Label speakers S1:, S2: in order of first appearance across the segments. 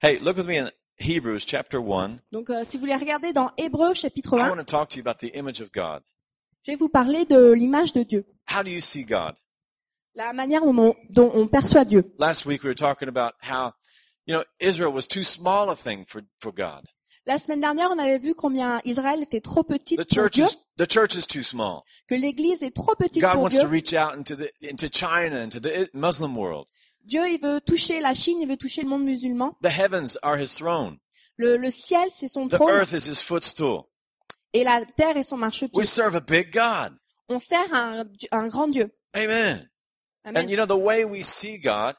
S1: Hey, look with me in Hebrews chapter 1.
S2: Donc, euh, si vous voulez regarder dans Hébreu chapitre
S1: I
S2: 1,
S1: want to talk to you about the image of God.
S2: je vais vous parler de l'image de Dieu,
S1: How do you see God?
S2: la manière dont on, dont on perçoit Dieu.
S1: Last week we were talking about how, you know, Israel was too small a thing for, for God.
S2: La semaine dernière, on avait vu combien Israël était trop
S1: The
S2: petite pour
S1: church
S2: Dieu,
S1: is, the church is too small.
S2: que l'Église est trop petite
S1: God
S2: pour
S1: wants
S2: Dieu.
S1: to reach out into the, into China, into the Muslim world.
S2: Dieu, il veut toucher la Chine, il veut toucher le monde musulman.
S1: The heavens are his throne.
S2: Le, le ciel, c'est son
S1: The
S2: trône,
S1: earth is his footstool.
S2: et la terre est son
S1: We
S2: marchepied.
S1: serve a big God.
S2: On sert à un, Dieu- un grand Dieu.
S1: Amen.
S2: Amen.
S1: And you know, the way we see God,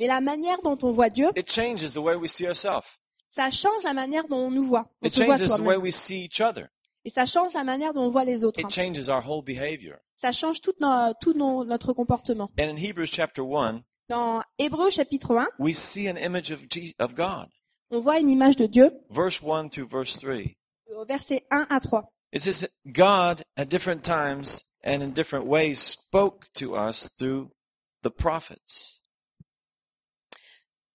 S2: Mais la manière dont on voit Dieu,
S1: it changes the way we see ourselves.
S2: ça change la manière dont on nous voit. On
S1: It
S2: se voit
S1: changes the way
S2: soi-même.
S1: we see each other.
S2: Et ça change la manière dont on voit les autres. Hein.
S1: It changes our whole behavior.
S2: Ça change tout, no- tout no- notre comportement.
S1: And in Hebrews chapter 1,
S2: Dans Hébreu chapitre 1,
S1: we see an image of, Je- of God.
S2: on voit une image de Dieu euh,
S1: Verse 1 through verse 3.
S2: au verset 1 à 3.
S1: It says that God at different times and in different ways spoke to us through the prophets.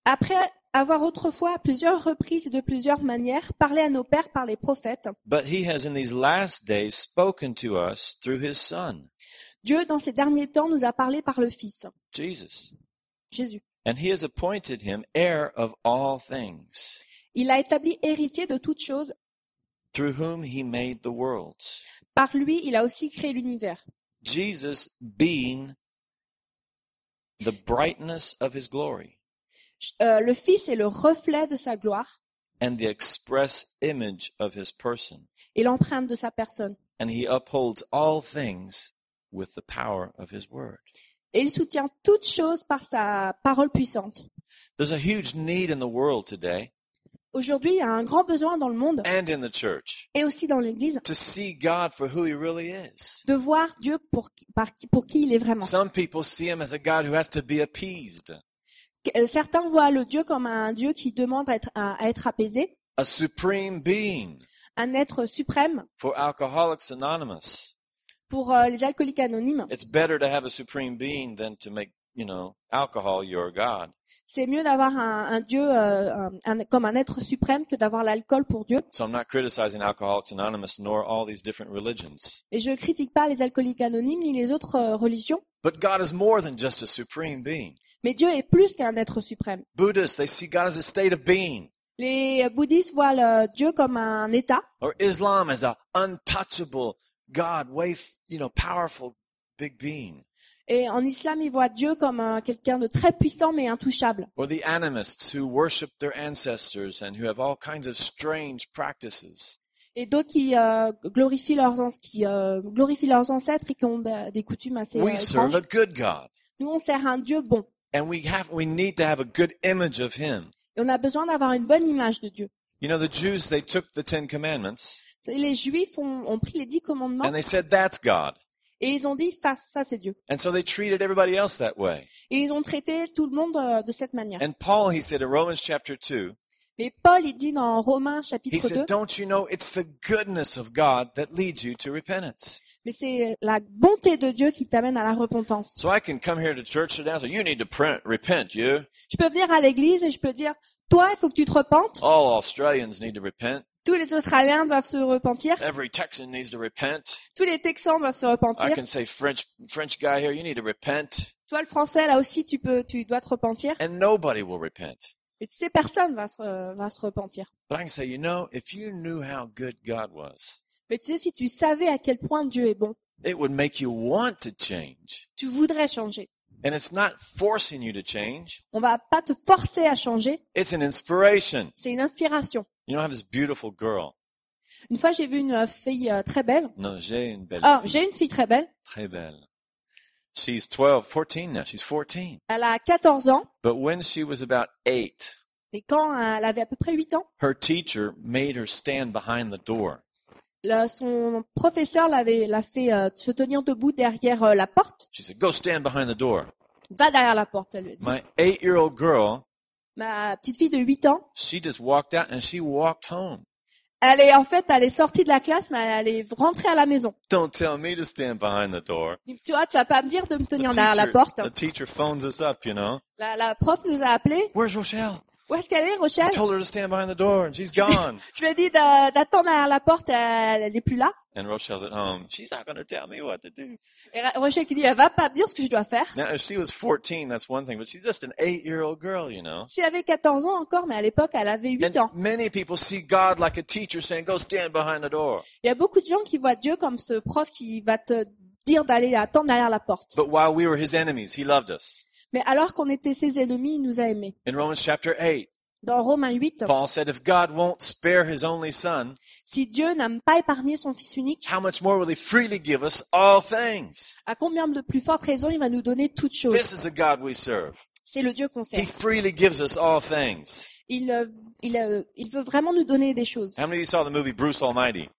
S2: Après avoir autrefois à plusieurs reprises et de plusieurs manières parlé à nos pères par les prophètes,
S1: But he has in these last days spoken to us through his son,
S2: Dieu dans ces derniers temps nous a parlé par le Fils,
S1: Jesus.
S2: Jésus.
S1: And he has appointed him heir of all things,
S2: Il a établi héritier de toutes choses.
S1: through whom he made the worlds.
S2: Par lui, il a aussi créé l'univers.
S1: Jesus being the brightness of his glory
S2: Ch- euh, le Fils est le reflet de sa gloire
S1: and the express image of his person.
S2: et l'empreinte de sa personne.
S1: and he upholds all things with the power of his word.
S2: Et il soutient toutes choses par sa parole puissante.
S1: There's a huge need in the world today
S2: Aujourd'hui, il y a un grand besoin dans le monde
S1: and in the church
S2: et aussi dans l'Église
S1: to see God for who he really is.
S2: de voir Dieu pour qui, par qui- pour qui il est vraiment.
S1: Some people see him as a God who has to be appeased,
S2: Euh, Certains voient le Dieu comme un Dieu qui demande à être, à- à être apaisé,
S1: a supreme being
S2: un être suprême.
S1: for Alcoholics Anonymous.
S2: Pour euh, les alcooliques anonymes,
S1: It's better to have a supreme being than to make, you know, alcohol your God.
S2: c'est mieux d'avoir un, un Dieu euh, un- un- comme un être suprême que d'avoir l'alcool pour Dieu.
S1: So I'm not criticizing Alcoholics Anonymous nor all these different religions.
S2: Et je critique pas les alcooliques anonymes ni les autres euh, religions,
S1: But God is more than just a supreme being.
S2: mais Dieu est plus qu'un être suprême.
S1: Buddhists, they see God as a state of being.
S2: Les bouddhistes voient le Dieu comme un état,
S1: or Islam as a untouchable God, way f- you know, powerful big being,
S2: et en islam ils voient Dieu comme un- quelqu'un de très puissant mais intouchable.
S1: or the animists who worship their ancestors and who have all kinds of strange practices.
S2: et d'autres qui euh, glorifient leurs ans- qui euh, glorifient leurs ancêtres et qui ont de- des coutumes assez euh,
S1: We serve
S2: étranges.
S1: a good God,
S2: Nous, on sert un Dieu bon
S1: and we have we need to have a good image of Him.
S2: et on a besoin d'avoir une bonne image de Dieu.
S1: You know, the Jews they took the Ten Commandments
S2: Et Les Juifs ont, ont pris les dix commandements
S1: and they said that's God,
S2: et ils ont dit ça, ça c'est Dieu.
S1: and so they treated everybody else that way.
S2: Et ils ont traité tout le monde euh, de cette manière.
S1: And Paul he said in Romans chapter two,
S2: Mais Paul il dit dans Romains
S1: he
S2: chapitre 2,
S1: said, "Don't you know it's the goodness of God that leads you to repentance."
S2: mais c'est la bonté de Dieu qui t'amène à la repentance.
S1: So I can come here to church today and say, you need to print, repent, you.
S2: Je peux venir à l'église et je peux dire, toi il faut que tu te repentes.
S1: All Australians need to repent.
S2: Tous les Australiens doivent se repentir.
S1: Every Texan needs to repent.
S2: Tous les Texans doivent se
S1: I
S2: repentir.
S1: can say French, French guy here, you need to repent.
S2: Toi, le français, là aussi, tu peux, tu dois te repentir.
S1: And nobody will repent.
S2: Et tu sais, personne va se, euh, va se repentir.
S1: But I can say, you know, if you knew how good God was,
S2: Mais tu sais, si tu savais à quel point Dieu est bon,
S1: it would make you want to change.
S2: tu voudrais changer.
S1: And it's not forcing you to change.
S2: On va pas te forcer à changer.
S1: It's an inspiration.
S2: C'est une inspiration.
S1: You know, I have this beautiful girl.
S2: Une fois, j'ai vu une euh, fille euh, très belle.
S1: Non, j'ai une belle
S2: Ah,
S1: fille.
S2: j'ai une fille très belle.
S1: Très belle. She's 12, 14 now. She's 14.
S2: Elle a 14 ans.
S1: But when she was about eight,
S2: Et quand euh, elle avait à peu près 8 ans,
S1: her teacher made her stand behind the door.
S2: là, son professeur l'avait, l'a fait euh, se tenir debout derrière euh, la porte.
S1: She said, Go stand behind the door.
S2: Va derrière la porte, elle lui a dit.
S1: My eight year old girl,
S2: Ma petite fille de 8 ans,
S1: she just walked out and she walked home.
S2: elle est, en fait, elle est sortie de la classe, mais elle est rentrée à la maison.
S1: Don't tell me to stand behind the door.
S2: Tu vois, tu vas pas me dire de me
S1: The
S2: tenir derrière la
S1: teacher,
S2: porte.
S1: the teacher phones us up, you know.
S2: La, la prof nous a appelés.
S1: Where's Rochelle?
S2: Où est-ce qu'elle est,
S1: I
S2: Rochelle
S1: told her to stand behind the door, and she's gone.
S2: Je lui ai dit d'a- d'attendre derrière la porte, elle elle est plus là.
S1: and Rochelle's at home. She's not going to tell me what to do.
S2: Et Ra- Rochelle qui dit, elle va pas me dire ce que je dois faire.
S1: Now, if she was 14, that's one thing, but she's just an eight-year-old girl, you know.
S2: Si elle avait 14 ans encore, mais à l'époque, elle avait 8
S1: And
S2: ans.
S1: many people see God like a teacher saying, "Go stand behind the door."
S2: Il y a beaucoup de gens qui voient Dieu comme ce prof qui va te dire d'aller attendre derrière la porte.
S1: But while we were His enemies, He loved us.
S2: Mais alors qu'on était ses ennemis, il nous a aimés.
S1: In Romans chapter eight,
S2: Dans Romains 8,
S1: Paul said, "If God won't spare His only Son,
S2: si Dieu n'aime pas épargné son fils unique,
S1: how much more will He freely give us all things?"
S2: à combien de plus forte raison il va nous donner toutes choses
S1: This is the God we serve.
S2: C'est le Dieu qu'on
S1: He
S2: sert.
S1: freely gives us all things.
S2: Il, euh, il, euh, il veut vraiment nous donner des choses.
S1: How many of you saw the movie Bruce Almighty?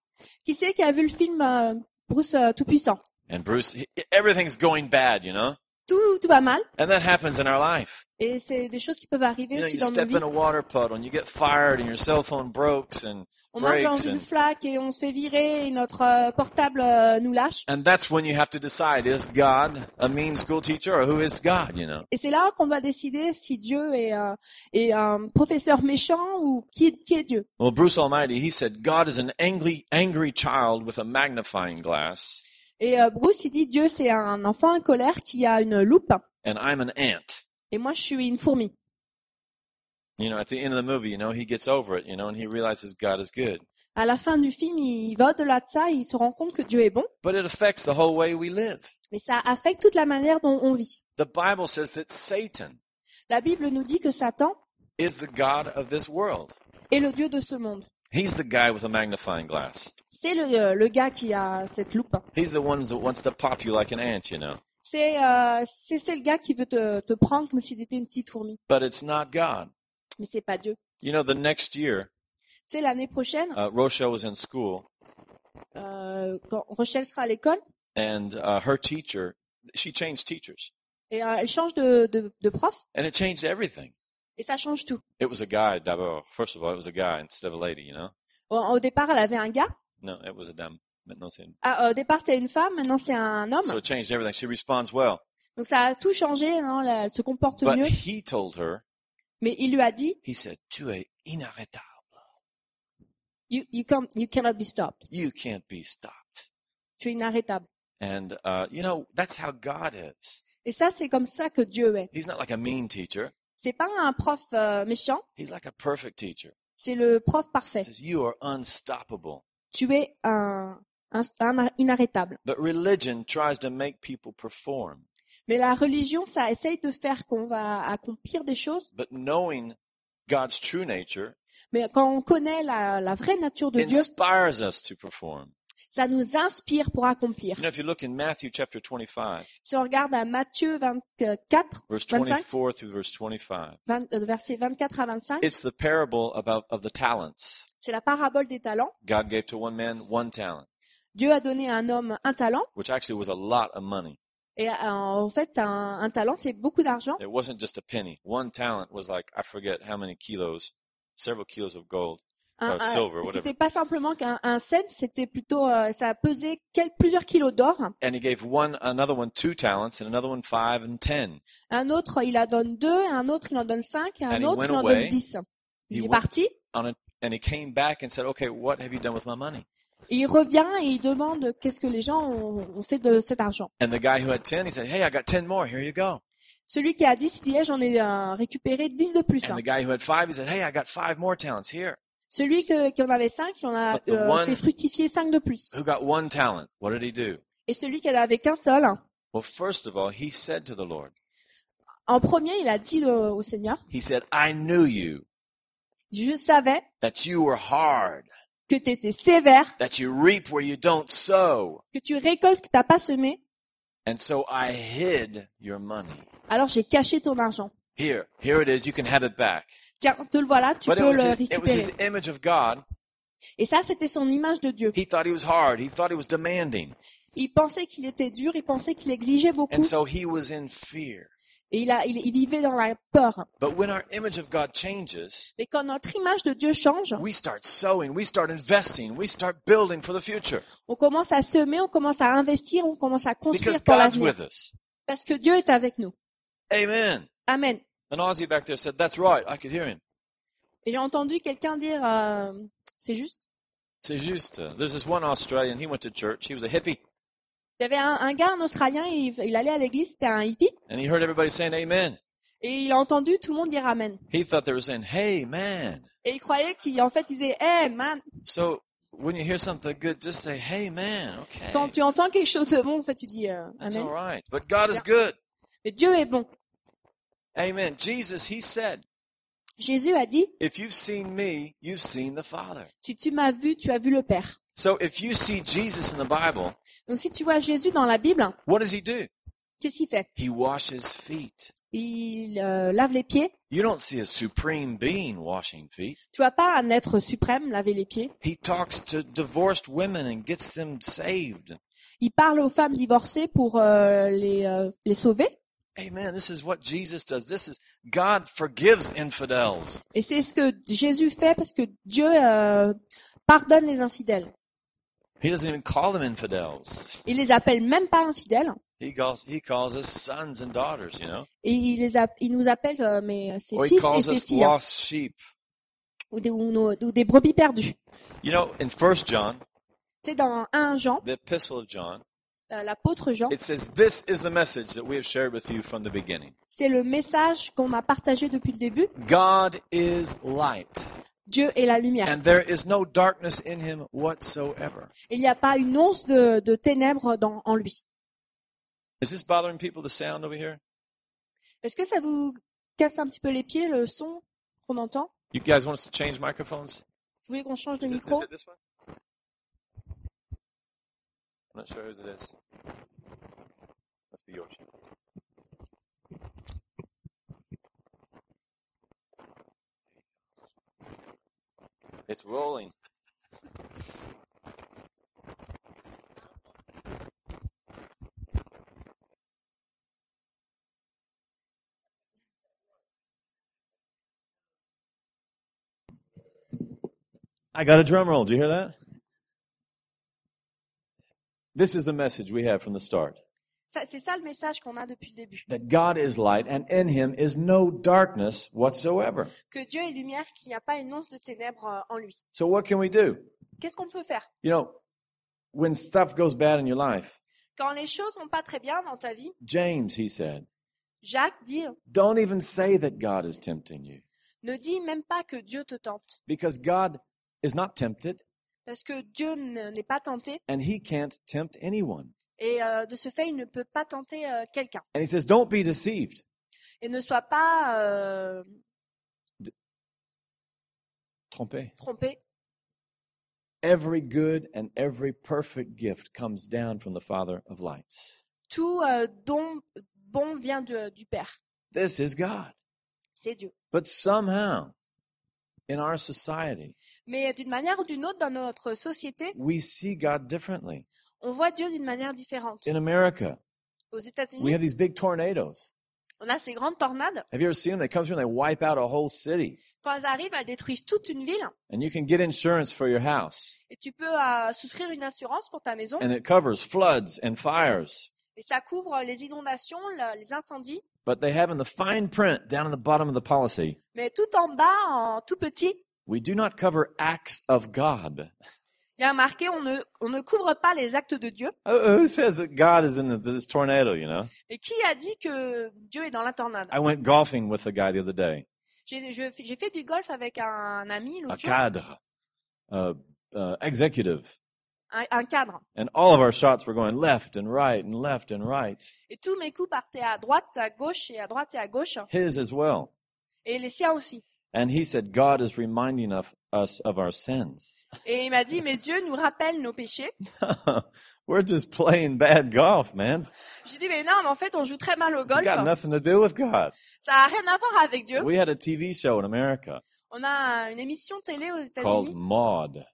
S2: Qui c'est qui a vu le film euh, Bruce euh, Tout-Puissant
S1: And Bruce, he- everything's going bad, you know?
S2: tout, tout va mal,
S1: And that happens in our life.
S2: et c'est des choses qui peuvent arriver
S1: You know,
S2: aussi
S1: you
S2: dans nos
S1: step
S2: vies.
S1: in a water puddle and you get fired and your cell phone breaks and,
S2: On marche dans
S1: breaks
S2: une
S1: and-
S2: flaque et on se fait virer et notre euh, portable euh, nous lâche.
S1: and that's when you have to decide, is God a mean school teacher or who is God, you know?
S2: Et c'est là qu'on va décider si Dieu est, euh, est un professeur méchant ou qui est, qui est Dieu.
S1: Well, Bruce Almighty, he said, God is an angry, angry child with a magnifying glass
S2: Et euh, Bruce, il dit Dieu, c'est un enfant en colère qui a une loupe,
S1: and I'm an ant.
S2: et moi, je suis une fourmi.
S1: You know, at the end of the movie, you know, he gets over it, you know, and he realizes God is good.
S2: À la fin du film, il va au-delà de ça, et il se rend compte que Dieu est bon,
S1: But it affects the whole way we live.
S2: mais ça affecte toute la manière dont on vit.
S1: The Bible says that Satan
S2: La Bible nous dit que Satan
S1: is the God of this world.
S2: est le Dieu de ce monde.
S1: He's the guy with a magnifying glass.
S2: C'est le, euh, le gars qui a cette loupe.
S1: He's the one that wants to pop you like an ant, you know.
S2: C'est euh, c'est c'est le gars qui veut te, te prendre comme si t'étais une petite fourmi.
S1: But it's not God.
S2: Mais c'est pas Dieu.
S1: You know, the next year,
S2: Tu sais, l'année prochaine,
S1: uh, Rochelle was in school,
S2: euh, quand Rochelle sera à l'école,
S1: and uh, her teacher, she changed teachers,
S2: et euh, elle change de, de, de prof,
S1: and it changed everything.
S2: et ça change tout.
S1: It was a guy, d'abord. First of all, it was a guy instead of a lady, you know?
S2: Au, au départ, elle avait un gars.
S1: No, it was a dame. Maintenant, c'est une-
S2: Ah, au départ, c'était une femme, maintenant c'est un
S1: So
S2: homme.
S1: it changed everything. She responds well.
S2: Donc ça a tout changé, hein, la- elle se comporte
S1: But
S2: mieux.
S1: he told her,
S2: Mais il lui a dit,
S1: he said, Tu es inarrêtable.
S2: you, you, can't- you cannot be stopped.
S1: You can't be stopped.
S2: Tu es inarrêtable.
S1: And, uh, you know, that's how God is.
S2: Et ça, c'est comme ça que Dieu est.
S1: He's not like a mean teacher.
S2: C'est pas un prof euh, méchant,
S1: He's like a perfect teacher.
S2: c'est le prof
S1: He
S2: parfait.
S1: says, You are unstoppable.
S2: Tu es un, un, un inarrêtable.
S1: But religion tries to make people perform.
S2: Mais la religion, ça essaye de faire qu'on va accomplir des choses.
S1: But knowing God's true nature
S2: Mais quand on connaît la, la vraie nature de Dieu,
S1: inspires us to perform.
S2: ça nous inspire pour accomplir.
S1: You know, if you look in Matthew chapter 25,
S2: Si on regarde à Matthieu 24,
S1: verse
S2: 25?
S1: 24 through verse 25,
S2: 20, euh, versets 24 à 25,
S1: it's the parable about of the talents.
S2: c'est la parabole des talents.
S1: God gave to one man one talent,
S2: Dieu a donné à un homme un talent.
S1: which actually was a lot of money.
S2: Et euh, en fait, un, un talent, c'est beaucoup d'argent.
S1: It wasn't just a penny. One talent was like I forget how many kilos, several kilos of gold.
S2: Un-
S1: Oh,
S2: un-
S1: silver, whatever.
S2: C'était pas simplement qu'un un cent, c'était plutôt, euh, ça pesait quel- plusieurs kilos d'or.
S1: And he gave one another one two talents and another one five and ten.
S2: Un autre, il en donne deux, un autre, il en donne cinq, et
S1: And
S2: un
S1: he
S2: autre,
S1: went
S2: il en
S1: away.
S2: donne dix. Il
S1: He
S2: est
S1: went-
S2: parti,
S1: On it, and he came back and said, "Okay, what have you done with my money?"
S2: et il revient et il demande qu'est-ce que les gens ont, ont fait de cet argent.
S1: And the guy who had ten, he said, "Hey, I got ten more. Here you go."
S2: Celui qui a dix, il dit, Eh, j'en ai euh, récupéré dix de plus. hein.
S1: And the guy who had five, he said, "Hey, I got five more talents here."
S2: Celui que- qui en avait cinq, il en a
S1: But the
S2: euh,
S1: one-
S2: fait fructifier cinq de plus.
S1: Who got one talent? What did he do?
S2: Et celui qui en avait qu'un seul, hein.
S1: Well, first of all, he said to the Lord,
S2: en premier, il a dit le- au Seigneur,
S1: he said, "I knew you
S2: je savais
S1: that you were hard,
S2: que tu étais sévère,
S1: that you reap where you don't sow,
S2: que tu récoltes ce que t'as pas semé,
S1: and so I hid your money.
S2: alors j'ai caché ton argent.
S1: Here, here it is. You can have it back."
S2: Tiens, te le voilà, tu
S1: but it
S2: peux
S1: was,
S2: le
S1: his, it was his
S2: récupérer.
S1: image of God.
S2: Et ça, c'était son image de Dieu.
S1: He thought he was hard. He thought he was demanding,
S2: Il pensait qu'il était dur, il pensait qu'il exigeait beaucoup,
S1: and so he was in fear.
S2: et il, a, il, il vivait dans la peur.
S1: But when our image of God changes,
S2: Mais quand notre image de Dieu change,
S1: we start sowing, we start investing, we start building for the future
S2: on commence à semer, on commence à investir, on commence à
S1: because
S2: construire pour
S1: God's
S2: l'avenir.
S1: with us.
S2: Parce que Dieu est avec nous.
S1: Amen.
S2: Amen.
S1: An Aussie back there said, That's right. I could hear him.
S2: Et j'ai entendu quelqu'un dire, euh, c'est juste.
S1: C'est juste. uh, There's this one Australian. He went to church. He was a hippie,
S2: Il y avait un, un gars, un Australien, il, il allait à l'église, c'était un hippie,
S1: and he heard everybody saying "Amen."
S2: et il a entendu tout le monde dire Amen.
S1: He thought they were saying "Hey, man."
S2: Et il croyait qu'en fait, il disait, eh man,
S1: So when you hear something good, just say "Hey, man." Okay,
S2: quand tu entends quelque chose de bon, en fait, tu dis euh,
S1: that's all
S2: Amen.
S1: right. But God is good.
S2: Mais Dieu est bon.
S1: Amen. Jesus, He said,
S2: Jésus a dit,
S1: "If you've seen me, you've seen the Father."
S2: si tu m'as vu, tu as vu le Père.
S1: So if you see Jesus in the Bible,
S2: Donc si tu vois Jésus dans la Bible, hein,
S1: what does He do?
S2: qu'est-ce qu'il fait
S1: He washes feet.
S2: Il euh, lave les pieds.
S1: You don't see a supreme being washing feet.
S2: Tu vois pas un être suprême laver les pieds.
S1: He talks to divorced women and gets them saved.
S2: Il parle aux femmes divorcées pour euh, les, euh, les sauver.
S1: Amen. This is what Jesus does. This is God forgives infidels.
S2: Et c'est ce que Jésus fait parce que Dieu euh, pardonne les infidèles.
S1: He doesn't even call them infidels.
S2: Il les appelle même pas infidèles.
S1: He calls he calls us sons and daughters, you know.
S2: Et il, les a- il nous appelle euh, mais ses
S1: Or he
S2: fils et
S1: calls
S2: ses
S1: us
S2: filles hein,
S1: lost sheep.
S2: ou des, ou nos- ou des brebis perdues.
S1: You know, in First John,
S2: C'est dans 1 Jean,
S1: the epistle of John,
S2: euh, l'apôtre Jean,
S1: it says, This is the message that we have shared with you from the beginning.
S2: c'est le message qu'on a partagé depuis le début.
S1: God is light,
S2: Dieu est la lumière.
S1: and there is no darkness in him whatsoever.
S2: Il n'y a pas une once de, de ténèbres dans, en lui.
S1: Is this bothering people, the sound over here?
S2: Est-ce que ça vous casse un petit peu les pieds le son qu'on entend
S1: You guys want us to change microphones?
S2: Vous voulez qu'on change de
S1: Is it-
S2: micro
S1: is it this one? I'm not sure whose it is. Must be yours. It's rolling. I got a drum roll. Do you hear that? This is the message we have from the start
S2: Ça, C'est ça le message qu'on a depuis le début.
S1: that God is light, and in him is no darkness whatsoever.
S2: Que Dieu est lumière, qu'il n'y a pas une once de ténèbres euh, en lui.
S1: So, what can we do?
S2: Qu'est-ce qu'on peut faire
S1: You know, when stuff goes bad in your life,
S2: Quand les choses vont pas très bien dans ta vie,
S1: James, he said,
S2: Jacques dit
S1: don't even say that God is tempting you
S2: ne dis même pas que Dieu te tente.
S1: because God is not tempted
S2: Parce que Dieu ne- n'est pas tenté
S1: and he can't tempt anyone.
S2: et euh, de ce fait, il ne peut pas tenter euh, quelqu'un.
S1: And he says, don't be deceived.
S2: Et ne sois pas euh,
S1: Trompé.
S2: trompé.
S1: Every good and every perfect gift comes down from the Father of lights.
S2: Tout euh, don bon vient de- du Père.
S1: This is God.
S2: C'est Dieu.
S1: But somehow, in our society,
S2: Mais d'une manière ou d'une autre, dans notre société,
S1: we see God differently.
S2: on voit Dieu d'une manière différente.
S1: In America,
S2: Aux
S1: we
S2: États-Unis,
S1: have these big tornadoes.
S2: on a ces grandes tornades.
S1: Have you ever seen them? They come through and they wipe out a whole city.
S2: Quand elles arrivent, elles détruisent toute une ville.
S1: And you can get insurance for your house,
S2: Et tu peux euh, souscrire une assurance pour ta maison.
S1: and it covers floods and fires.
S2: Et ça couvre les inondations, la- les incendies.
S1: But they have in the fine print down in the bottom of the policy
S2: Mais tout en bas, en tout petit,
S1: we do not cover acts of God.
S2: il y a marqué on ne, on ne couvre pas les actes de Dieu.
S1: Who who says that God is in the, this tornado, you know?
S2: Et qui a dit que Dieu est dans la tornade
S1: I went golfing with a guy the other day,
S2: J'ai je- j'ai fait du golf avec un ami
S1: a
S2: l'autre jour,
S1: cadre, uh, uh, executive,
S2: un, un cadre.
S1: and all of our shots were going left and right and left and right.
S2: Et tous mes coups partaient à droite, à gauche et à droite et à gauche.
S1: His as well.
S2: Et les siens aussi.
S1: And he said, God is reminding of us of our sins.
S2: Et il m'a dit, mais Dieu nous rappelle nos péchés.
S1: We're just playing bad golf, man.
S2: J'ai dit, mais non, mais en fait, on joue très mal au
S1: It's
S2: golf.
S1: got nothing to do with God.
S2: Ça n'a rien à voir avec Dieu.
S1: We had a TV show in America
S2: On a une émission télé aux
S1: called
S2: États-Unis.
S1: Maud.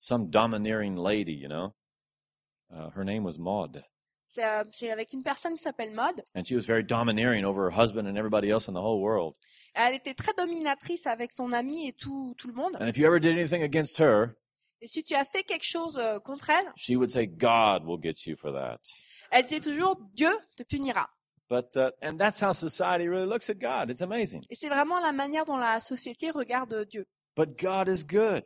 S1: Some domineering lady, you know. Uh, her name was Maud.
S2: C'est euh, c'est avec une personne qui s'appelle Maud.
S1: And she was very domineering over her husband and everybody else in the whole world.
S2: Elle était très dominatrice avec son ami et tout, tout le monde.
S1: And if you ever did anything against her,
S2: Et si tu as fait quelque chose euh, contre elle,
S1: she would say, God will get you for that.
S2: elle disait toujours Dieu te punira.
S1: But uh, and that's how society really looks at God. It's amazing.
S2: Et c'est vraiment la manière dont la société regarde euh, Dieu.
S1: But God is good.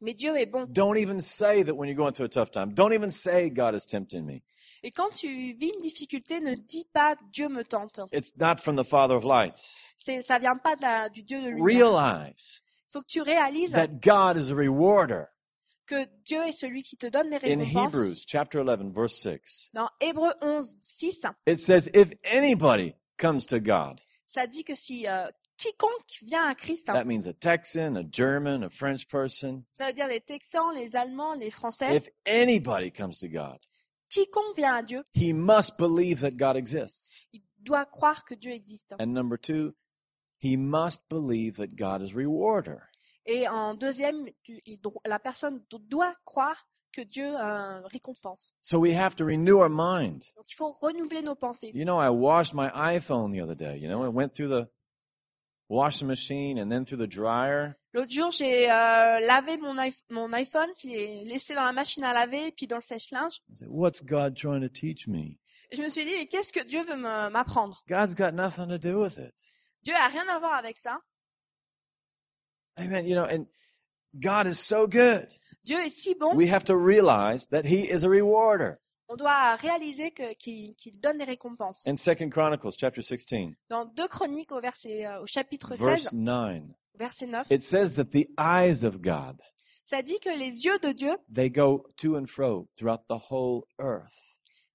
S2: Mais Dieu est bon.
S1: Don't even say that when you're going through a tough time. Don't even say God is tempting me.
S2: Et quand tu vis une difficulté, ne dis pas Dieu me tente.
S1: It's not from the Father of lights.
S2: C'est, ça vient pas de la- du Dieu de lumière.
S1: Realize
S2: Faut que tu réalises
S1: that God is a rewarder.
S2: que Dieu est celui qui te donne les
S1: In
S2: récompenses.
S1: Hebrews chapter 11 verse 6,
S2: Dans Hébreu 11, 6,
S1: it says if anybody comes to God,
S2: ça dit que si euh, quiconque vient à Christ, hein,
S1: that means a Texan, a German, a French person,
S2: ça veut dire les Texans, les Allemands, les Français,
S1: if anybody comes to God,
S2: quiconque vient à Dieu,
S1: he must believe that God exists.
S2: il doit croire que Dieu existe.
S1: And number 2, he must believe that God is rewarder.
S2: Et en deuxième, tu- il dro- la personne do- doit croire que Dieu euh, récompense.
S1: So we have to renew our mind.
S2: Donc il faut renouveler nos pensées.
S1: You know, I washed my iPhone the other day. You know, it went through the washing machine and then through the dryer.
S2: L'autre jour, j'ai euh, lavé mon, iPh- mon iPhone, je l'ai laissé dans la machine à laver et puis dans le sèche-linge.
S1: I said, What's God trying to teach me?
S2: Et Je me suis dit, mais qu'est-ce que Dieu veut me- m'apprendre
S1: God's got nothing to do with it.
S2: Dieu a rien à voir avec ça.
S1: Amen. You know, and God is so good.
S2: Dieu est si bon,
S1: We have to realize that He is a rewarder.
S2: on doit réaliser que- qu'il qu'il donne des récompenses.
S1: In Second Chronicles chapter 16,
S2: Dans 2 Chroniques au, verset, euh, au chapitre 16,
S1: verse 9,
S2: verset 9,
S1: it says that the eyes of God
S2: ça dit que les yeux de Dieu,
S1: they go to and fro throughout the whole earth,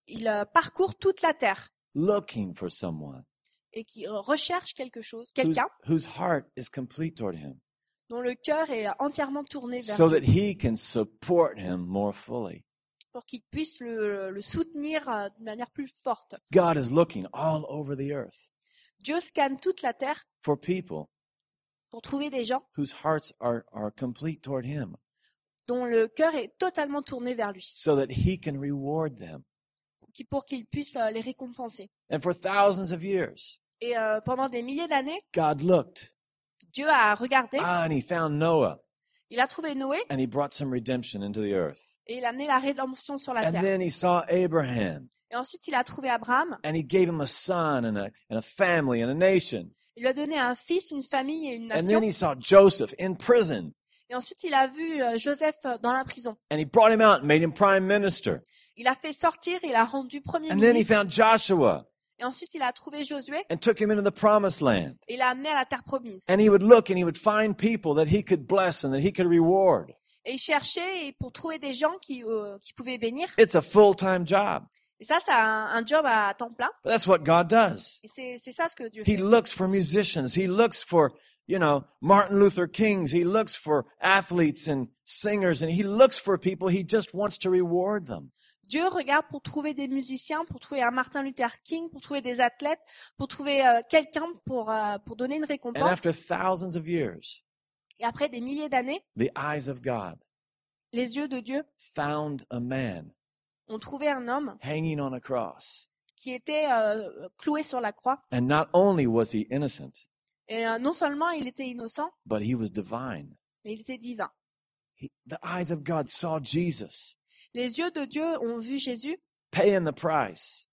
S2: ils euh, parcourent toute la terre
S1: looking for someone
S2: et qui recherchent quelque chose,
S1: whose,
S2: quelqu'un
S1: whose heart is complete toward Him,
S2: dont le cœur est entièrement tourné vers
S1: so
S2: Dieu
S1: that He can support Him more fully.
S2: pour qu'il puisse le, le soutenir euh, de manière plus forte.
S1: God is looking all over the earth
S2: Dieu scanne toute la terre
S1: for people
S2: pour trouver des gens
S1: whose hearts are, are complete toward Him,
S2: dont le cœur est totalement tourné vers lui,
S1: so that He can reward them.
S2: qui- pour qu'il puisse euh, les récompenser.
S1: And for thousands of years,
S2: Et euh, pendant des milliers d'années,
S1: God looked.
S2: Dieu a regardé,
S1: Ah, and He found Noah,
S2: il a trouvé Noé
S1: and He brought some redemption into the earth.
S2: et il a amené la rédemption sur la
S1: And
S2: terre.
S1: then He saw Abraham.
S2: Et ensuite, il a trouvé Abraham,
S1: and he gave him a son and a, and a family and a nation.
S2: il lui a donné un fils, une famille et une
S1: And then
S2: nation.
S1: he saw Joseph in prison
S2: Et ensuite, il a vu euh, Joseph euh, dans la prison.
S1: and he brought him out and made him prime minister.
S2: Il a fait sortir, il a rendu premier
S1: And then he
S2: ministre.
S1: found Joshua
S2: Et ensuite, il a trouvé Josué
S1: and took him into the promised land.
S2: et l'a amené à la terre promise.
S1: And he would look and he would find people that he could bless and that he could reward.
S2: Et il cherchait et pour trouver des gens qui, euh, qui pouvaient bénir.
S1: It's a full-time job.
S2: Et ça, c'est un, un job à temps plein.
S1: But that's what God does.
S2: Et c'est c'est ça ce que Dieu
S1: He
S2: fait.
S1: looks for musicians. He looks for, you know, Martin Luther Kings. He looks for athletes and singers and he looks for people. He just wants to reward them.
S2: Dieu regarde pour trouver des musiciens, pour trouver un Martin Luther King, pour trouver des athlètes, pour trouver euh, quelqu'un pour, euh, pour donner une
S1: And
S2: récompense.
S1: after thousands of years,
S2: Et après des milliers d'années,
S1: the eyes of God
S2: les yeux de Dieu
S1: found a man
S2: ont trouvé un homme
S1: hanging on a cross.
S2: qui était euh, cloué sur la croix.
S1: And not only was he innocent,
S2: Et euh, non seulement il était innocent,
S1: but he was divine.
S2: mais il était divin.
S1: He, the eyes of God saw Jesus
S2: Les yeux de Dieu ont vu Jésus
S1: paying the price,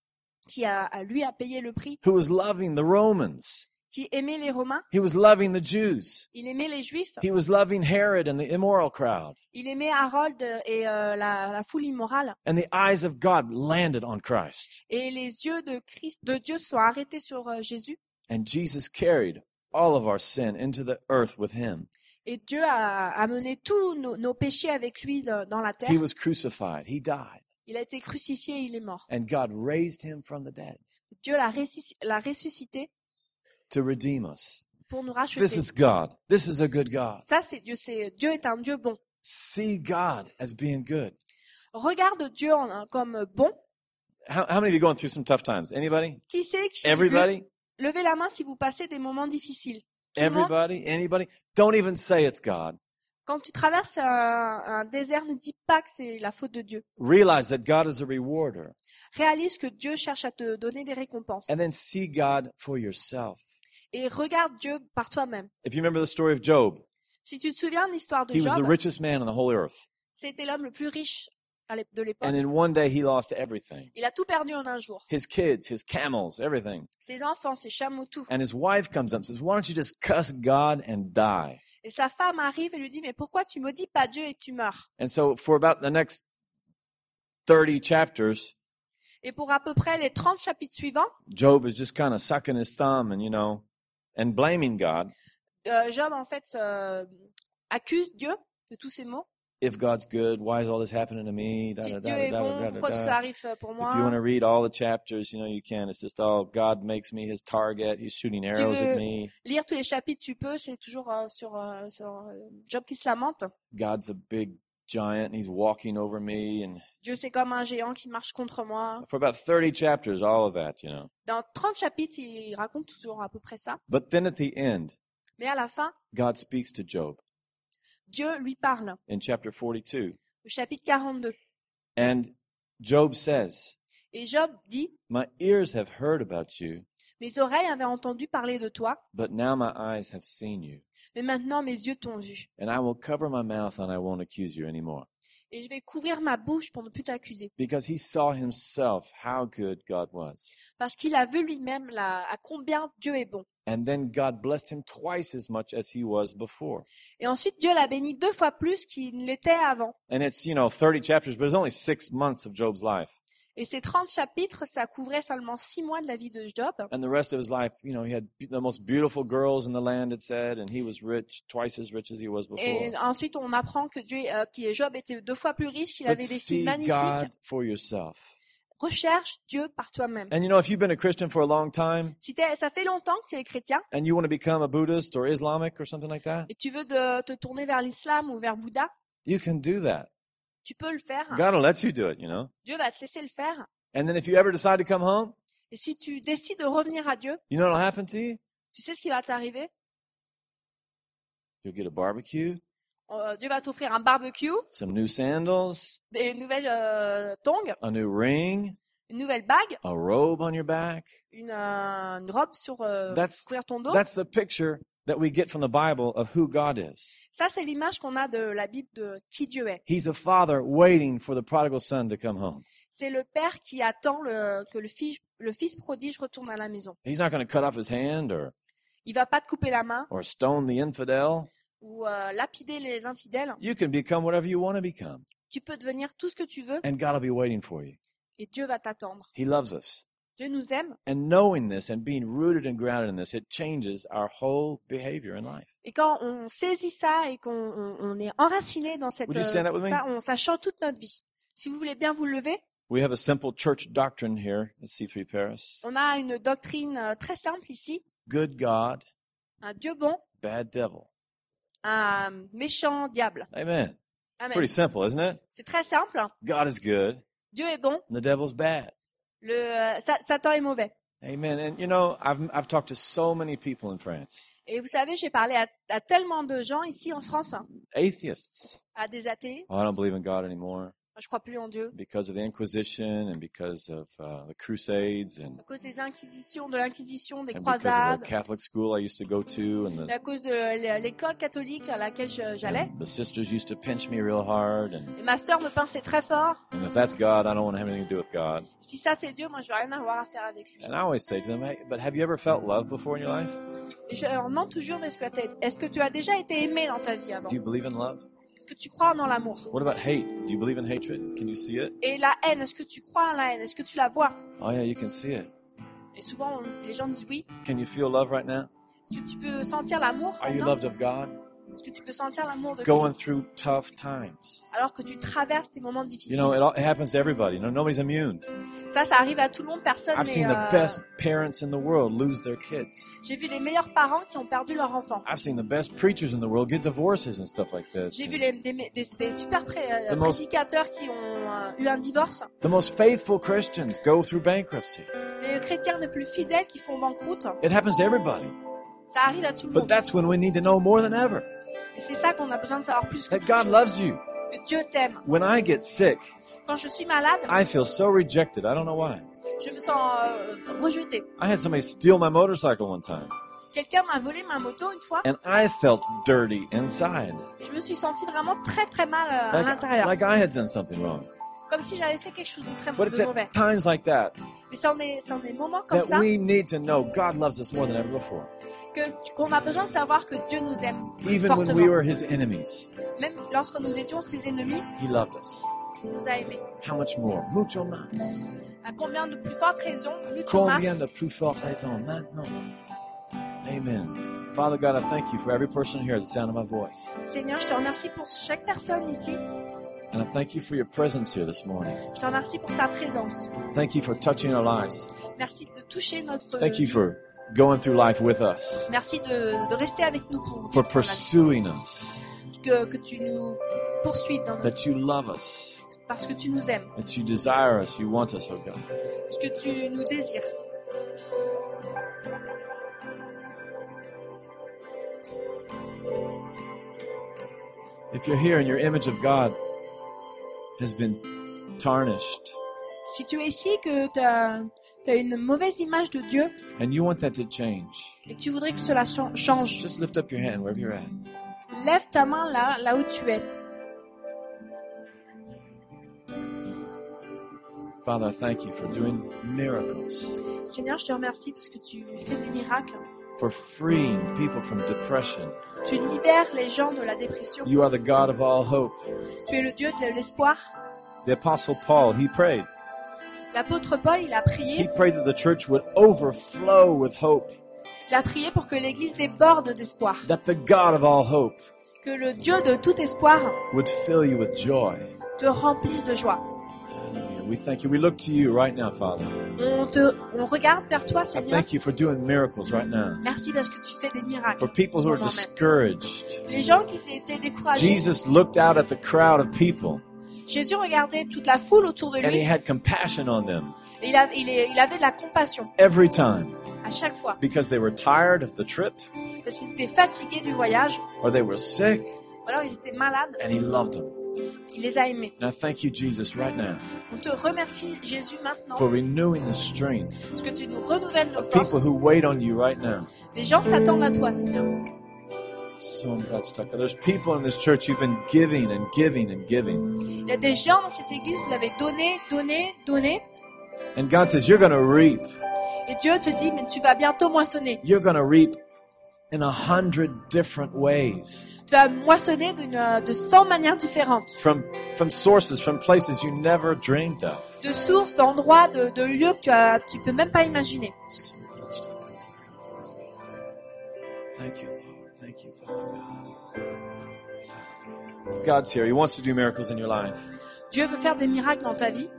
S2: qui a, a- lui a payé le prix,
S1: who was loving the Romans.
S2: qui aimait les Romains,
S1: He was loving the Jews.
S2: il aimait les Juifs,
S1: He was loving Herod and the immoral crowd.
S2: il aimait Harold et euh, la, la foule immorale.
S1: And the eyes of God landed on Christ.
S2: Et les yeux de Christ, de Dieu, sont arrêtés sur euh, Jésus.
S1: And Jesus carried all of our sin into the earth with him.
S2: Et Dieu a, a mené tous nos, nos péchés avec lui de- dans la
S1: He
S2: terre.
S1: was crucified. He died.
S2: Il a été crucifié, il est mort.
S1: And God raised him from the dead.
S2: Dieu l'a ressusci- l'a ressuscité
S1: to redeem us.
S2: pour nous
S1: This
S2: racheter.
S1: is God. This is a good God.
S2: Ça, c'est Dieu. C'est Dieu est un Dieu bon.
S1: See God as being good.
S2: Regarde Dieu en- comme bon.
S1: How, how many of you going through some tough times? Anybody?
S2: Qui c'est qui
S1: Everybody?
S2: le- Levez la main si vous passez des moments difficiles. Tout le monde.
S1: Everybody? Anybody? Don't even say it's God.
S2: Quand tu traverses un, un désert, ne dis pas que c'est la faute de Dieu.
S1: Realize that God is a rewarder
S2: Réalise que Dieu cherche à te donner des récompenses.
S1: and then see God for yourself.
S2: Et regarde Dieu par toi-même.
S1: If you remember the story of Job,
S2: Si tu te souviens de l'histoire de
S1: he was the
S2: Job,
S1: richest man on the whole earth.
S2: c'était l'homme le plus riche à l'ép- de l'époque.
S1: And in one day, he lost everything
S2: Il a tout perdu en un jour.
S1: his kids, his camels, everything.
S2: Ses enfants, ses chameaux, tout.
S1: And his wife comes up and says, Why don't you just cuss God and die?
S2: Et sa femme arrive et lui dit, mais pourquoi tu maudis pas Dieu et tu meurs
S1: And so, for about the next 30 chapters,
S2: Et pour à peu près les 30 chapitres suivants,
S1: Job is just kind of sucking his thumb and, you know, and blaming God
S2: euh, Job, en fait, euh, accuse Dieu de tous ses maux.
S1: if God's good, why is all this happening to me? Da,
S2: Si
S1: da, da,
S2: Dieu est
S1: da, da, da,
S2: bon,
S1: da,
S2: pourquoi tout
S1: da.
S2: ça arrive euh, pour
S1: If you want
S2: moi
S1: to read all the chapters, you know, you can. It's just all God makes me his target. He's shooting arrows at
S2: veux-
S1: me.
S2: Lire tous les chapitres, tu peux, c'est toujours euh, sur, euh, sur euh, Job qui se lamente.
S1: God's a big giant and he's walking over me. And
S2: Dieu, c'est comme un géant qui marche contre moi.
S1: for about 30 chapters, all of that, you know.
S2: Dans 30 chapitres, il raconte toujours à peu près ça.
S1: But then at the end,
S2: Mais à la fin,
S1: God speaks to Job
S2: Dieu lui parle.
S1: in chapter 42.
S2: Au chapitre 42.
S1: And Job says,
S2: Et Job dit,
S1: My ears have heard about you,
S2: mes oreilles avaient entendu parler de toi,
S1: but now my eyes have seen you.
S2: mais maintenant mes yeux t'ont vu.
S1: And I will cover my mouth and I won't accuse you anymore.
S2: Et je vais couvrir ma bouche pour ne plus t'accuser.
S1: Because he saw himself how good God was.
S2: Parce qu'il a vu lui-même la- à combien Dieu est bon.
S1: And then God blessed him twice as much as he was before.
S2: Et ensuite, Dieu l'a béni deux fois plus qu'il ne l'était avant.
S1: And it's, you know, 30 chapters, but it's only six months of Job's life.
S2: Et ces 30 chapitres, ça couvrait seulement six mois de la vie de Job.
S1: And the rest of his life, you know, he had be- the most beautiful girls in the land, it said, and he was rich, twice as rich as he was before.
S2: Et ensuite, on apprend que Dieu, euh, qui est Job, était deux fois plus riche, qu'il
S1: But
S2: avait des filles
S1: see
S2: magnifiques.
S1: God for yourself.
S2: Recherche Dieu par toi-même.
S1: And you know, if you've been a Christian for a long time
S2: Si t'es- ça fait longtemps que tu es chrétien
S1: and you want to become a Buddhist or Islamic or something like that,
S2: et tu veux de- te tourner vers l'islam ou vers Bouddha,
S1: you can do that.
S2: tu peux le faire.
S1: God will let you do it, you know.
S2: Dieu va te laisser le faire.
S1: And then if you ever decide to come home,
S2: Et si tu décides de revenir à Dieu,
S1: you know what'll happen to you?
S2: tu sais ce qui va t'arriver.
S1: You'll get a barbecue,
S2: Euh, Dieu va t'offrir un barbecue,
S1: some new sandals,
S2: des nouvelles euh, tongs,
S1: a new ring,
S2: une nouvelle bague,
S1: a robe on your back.
S2: une, euh, une robe sur euh,
S1: That's
S2: couvrir ton dos.
S1: that's the picture that we get from the Bible of who God is.
S2: Ça, c'est l'image qu'on a de la Bible de qui Dieu est.
S1: He's a father waiting for the prodigal son to come home.
S2: C'est le père qui attend le, que le fils, le fils prodige retourne à la maison.
S1: He's not going to cut off his hand or
S2: Il va pas te couper la main
S1: or stone the infidel.
S2: ou euh, lapider les infidèles.
S1: You can become whatever you want to become,
S2: Tu peux devenir tout ce que tu veux
S1: and God will be waiting for you.
S2: et Dieu va t'attendre.
S1: He loves us.
S2: Dieu nous aime
S1: And knowing this and being rooted and grounded in this, it changes our whole behavior in life.
S2: Et quand on saisit ça et qu'on on- on est enraciné dans cette
S1: Would you stand up with me?
S2: ça, on, ça change toute notre vie. Si vous voulez bien vous lever,
S1: We have a simple church doctrine here at C3 Paris.
S2: on a une doctrine euh, très simple ici
S1: Good God,
S2: un Dieu bon,
S1: bad devil.
S2: un méchant diable.
S1: Amen.
S2: Amen.
S1: Pretty simple, isn't it?
S2: C'est très simple.
S1: God is good
S2: Dieu est bon,
S1: and the devil's bad.
S2: le euh, Sa- Satan est mauvais.
S1: Amen. And you know, I've I've talked to so many people in France,
S2: Et vous savez, j'ai parlé à, à tellement de gens ici en France, hein,
S1: atheists.
S2: à des athées.
S1: Oh, I don't believe in God anymore
S2: Je crois plus en Dieu.
S1: because of the Inquisition and because of uh, the Crusades and,
S2: À cause des inquisitions, de l'inquisition, des
S1: and because of the
S2: croisades,
S1: Catholic school I used to go to and the,
S2: à cause de l'école catholique à laquelle je- j'allais.
S1: the sisters used to pinch me real hard. And,
S2: Et ma sœur me pinçait très fort.
S1: and if that's God, I don't want to have anything to do with God.
S2: Si ça c'est Dieu, moi je veux rien avoir à faire avec lui.
S1: And I always say to them, hey, but have you ever felt love before in your life?
S2: Et je leur demande toujours, mais est-ce que, t'es- est-ce que tu as déjà été aimé dans ta vie avant
S1: Do you believe in love?
S2: Est-ce que tu crois en l'amour
S1: What about hate? Do you believe in hatred? Can you see it?
S2: Et la haine, est-ce que tu crois en la haine Est-ce que tu la vois
S1: Oh yeah, you can see it.
S2: Et souvent on- les gens disent oui.
S1: Can you feel love right now?
S2: Est-ce que tu peux sentir l'amour
S1: Are Ah, you
S2: maintenant
S1: loved of God?
S2: Est-ce que tu peux sentir l'amour de
S1: Going
S2: Christ
S1: through tough times.
S2: alors que tu traverses des moments difficiles
S1: You know, it, all, it happens to everybody. You know, nobody's immune.
S2: Ça, ça arrive à tout le monde, personne
S1: I've
S2: n'est...
S1: seen the
S2: euh,
S1: best parents in the world lose their kids.
S2: J'ai vu les meilleurs parents qui ont perdu leur enfant.
S1: I've seen the best preachers in the world get divorces and stuff like this.
S2: J'ai vu les, des, des- des super pré- euh,
S1: The most-
S2: prédicateurs qui ont euh, eu un divorce.
S1: The most faithful Christians go through bankruptcy.
S2: Les chrétiens les plus fidèles qui font banqueroute.
S1: It happens to everybody.
S2: Ça arrive à tout le
S1: But
S2: monde.
S1: that's when we need to know more than ever
S2: Et c'est ça qu'on a besoin de savoir plus que,
S1: that
S2: toute
S1: God
S2: chose.
S1: loves you.
S2: que Dieu t'aime.
S1: When I get sick,
S2: Quand je suis malade,
S1: I feel so rejected. I don't know why.
S2: je me sens euh, rejetée.
S1: I had somebody steal my motorcycle one time,
S2: Quelqu'un m'a volé ma moto une fois
S1: and I felt dirty inside.
S2: Uh-huh, et je me suis sentie vraiment très très mal euh, à
S1: Like,
S2: l'intérieur.
S1: like I had done something wrong.
S2: comme si j'avais fait quelque chose de très
S1: But it's
S2: de mauvais.
S1: at times like that
S2: Mais c'est en des, c'est en des moments comme
S1: that
S2: ça
S1: we need to know God loves us more than ever before,
S2: que tu- qu'on a besoin de savoir que Dieu nous aime,
S1: even when we were His enemies.
S2: même lorsque nous étions ses ennemis,
S1: He loved us.
S2: il nous a aimés.
S1: How much more? Mucho más.
S2: À combien de plus fortes raisons, mucho más,
S1: Combien de plus forte raison maintenant? Amen. Father God, I thank you for every person here, at the sound of my voice.
S2: Seigneur, je te remercie pour chaque personne ici.
S1: And I thank you for your presence here this morning.
S2: Je te remercie pour ta présence.
S1: Thank you for touching our lives.
S2: Merci de toucher notre.
S1: Thank you for going through life with us,
S2: Merci de, de rester avec nous pour
S1: for
S2: vivre dans la-
S1: pursuing us,
S2: que, que tu nous poursuives dans notre-
S1: that you love us,
S2: parce que tu nous aimes,
S1: that you desire us, you want us, oh God.
S2: parce que tu nous désires.
S1: If you're here and your image of God has been tarnished
S2: Si tu es ici que tu as, une mauvaise image de Dieu
S1: and you want that to change,
S2: et que tu voudrais que cela chan- change,
S1: just lift up your hand wherever you're at.
S2: lève ta main là, là où tu es.
S1: Father, I thank you for doing miracles,
S2: Seigneur, je te remercie parce que tu fais des miracles.
S1: for freeing people from depression.
S2: Tu libères les gens de la dépression.
S1: You are the God of all hope.
S2: Tu es le Dieu de l'espoir.
S1: The Apostle Paul, he prayed.
S2: L'apôtre Paul, il a
S1: He
S2: prié.
S1: prayed that the church would overflow with hope,
S2: Il a prié pour que l'Église déborde d'espoir.
S1: that the God of all hope
S2: Que le Dieu de tout espoir
S1: would fill you with joy.
S2: te remplisse de joie.
S1: Hallelujah. We thank you. We look to you right now, Father.
S2: On, te, on regarde vers toi,
S1: I
S2: Seigneur.
S1: thank you for doing miracles right now.
S2: Merci parce que tu fais des
S1: For
S2: miracles.
S1: people who are
S2: Amen.
S1: discouraged,
S2: Les gens qui étaient découragés,
S1: Jesus looked out at the crowd of people
S2: Jésus regardait toute la foule autour de
S1: and he
S2: lui
S1: had compassion on them
S2: et il, a- il est- il avait de la compassion
S1: every time
S2: à chaque fois.
S1: because they were tired of the trip
S2: Parce qu'ils étaient fatigués du voyage,
S1: or they were sick
S2: ou alors ils étaient malades,
S1: and he loved them.
S2: il les a aimés.
S1: And I thank you, Jesus, right now
S2: On te remercie, Jésus, maintenant,
S1: for renewing the strength
S2: parce que tu nous renouvelles nos
S1: of people
S2: forces.
S1: who wait on you right now.
S2: Les gens s'attendent à toi, Seigneur.
S1: So much, Tucker. There's people in this church who've been giving and giving and giving.
S2: Il y a des gens dans cette église, vous avez donné, donné, donné,
S1: And God says, You're going to reap.
S2: et Dieu te dit, mais tu vas bientôt moissonner.
S1: You're going to reap in a hundred different ways
S2: Tu vas moissonner d'une, euh, de 100 manières différentes,
S1: from, from sources, from places you never dreamed of.
S2: de sources, d'endroits, de, de lieux que tu, as, tu peux même pas imaginer.
S1: So much, Tucker. Thank you, Lord. Thank you, Father God. God's here. He wants to do miracles in your life.
S2: Dieu veut faire des miracles dans ta vie.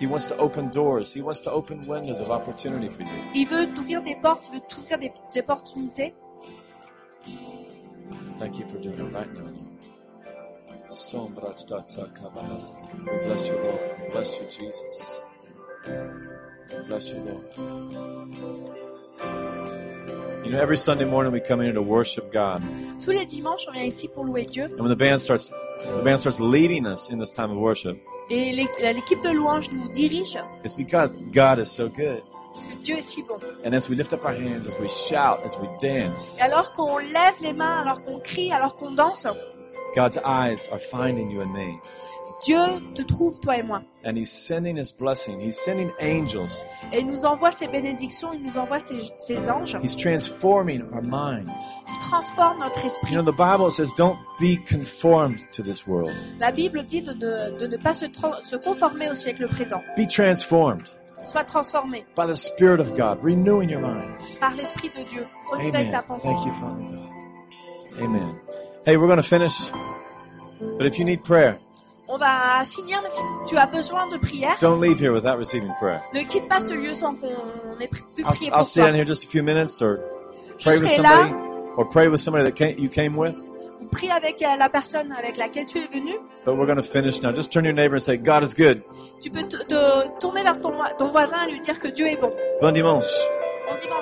S1: He wants to open doors. He wants to open windows of opportunity for you.
S2: Il veut t'ouvrir des portes, il veut t'ouvrir des, des opportunités.
S1: Thank you for doing it right now. Lord. We bless you, Lord. We bless you, Jesus. We bless you, Lord. You know, every Sunday morning we come in here to worship God, and
S2: Tous les dimanches, on vient ici pour louer Dieu.
S1: when the band starts, the band starts leading us in this time of worship.
S2: Et l'é- l'équipe de louange nous dirige
S1: It's because God is so good.
S2: parce que Dieu est si bon.
S1: And as we lift up our hands, as we shout, as we dance,
S2: Et alors qu'on lève les mains, alors qu'on crie, alors qu'on danse,
S1: God's eyes are finding you and me.
S2: Dieu te trouve, toi et moi.
S1: And He's sending His blessing. He's sending angels.
S2: Et il nous envoie ses bénédictions, il nous envoie ses, ses anges.
S1: He's transforming our minds.
S2: Il transforme notre esprit.
S1: You know, the Bible says, don't be conformed to this world.
S2: La Bible dit de ne, de ne pas se, tra- se conformer au siècle présent.
S1: Be transformed
S2: Sois transformé
S1: by the Spirit of God, renewing your minds.
S2: par l'Esprit de Dieu. Renouvelle
S1: Amen.
S2: ta pensée.
S1: Thank you, Father God. Amen. Hey, we're going to finish. But if you need prayer,
S2: On va finir, mais si tu as besoin de prière,
S1: don't leave here without receiving prayer.
S2: ne quitte pas ce lieu sans qu'on ait pri- pu
S1: I'll,
S2: prier
S1: I'll
S2: pour
S1: see you
S2: toi.
S1: down here in just a few minutes or
S2: Je
S1: pray with
S2: serai
S1: somebody
S2: là,
S1: or pray with somebody that came, you came with.
S2: prie avec euh, la personne avec laquelle tu es venu.
S1: But we're going to finish now. Just turn to your neighbor and say, God is good.
S2: Tu peux te, te tourner vers ton, ton voisin et lui dire que Dieu est bon.
S1: Bon dimanche.
S2: Bon dimanche.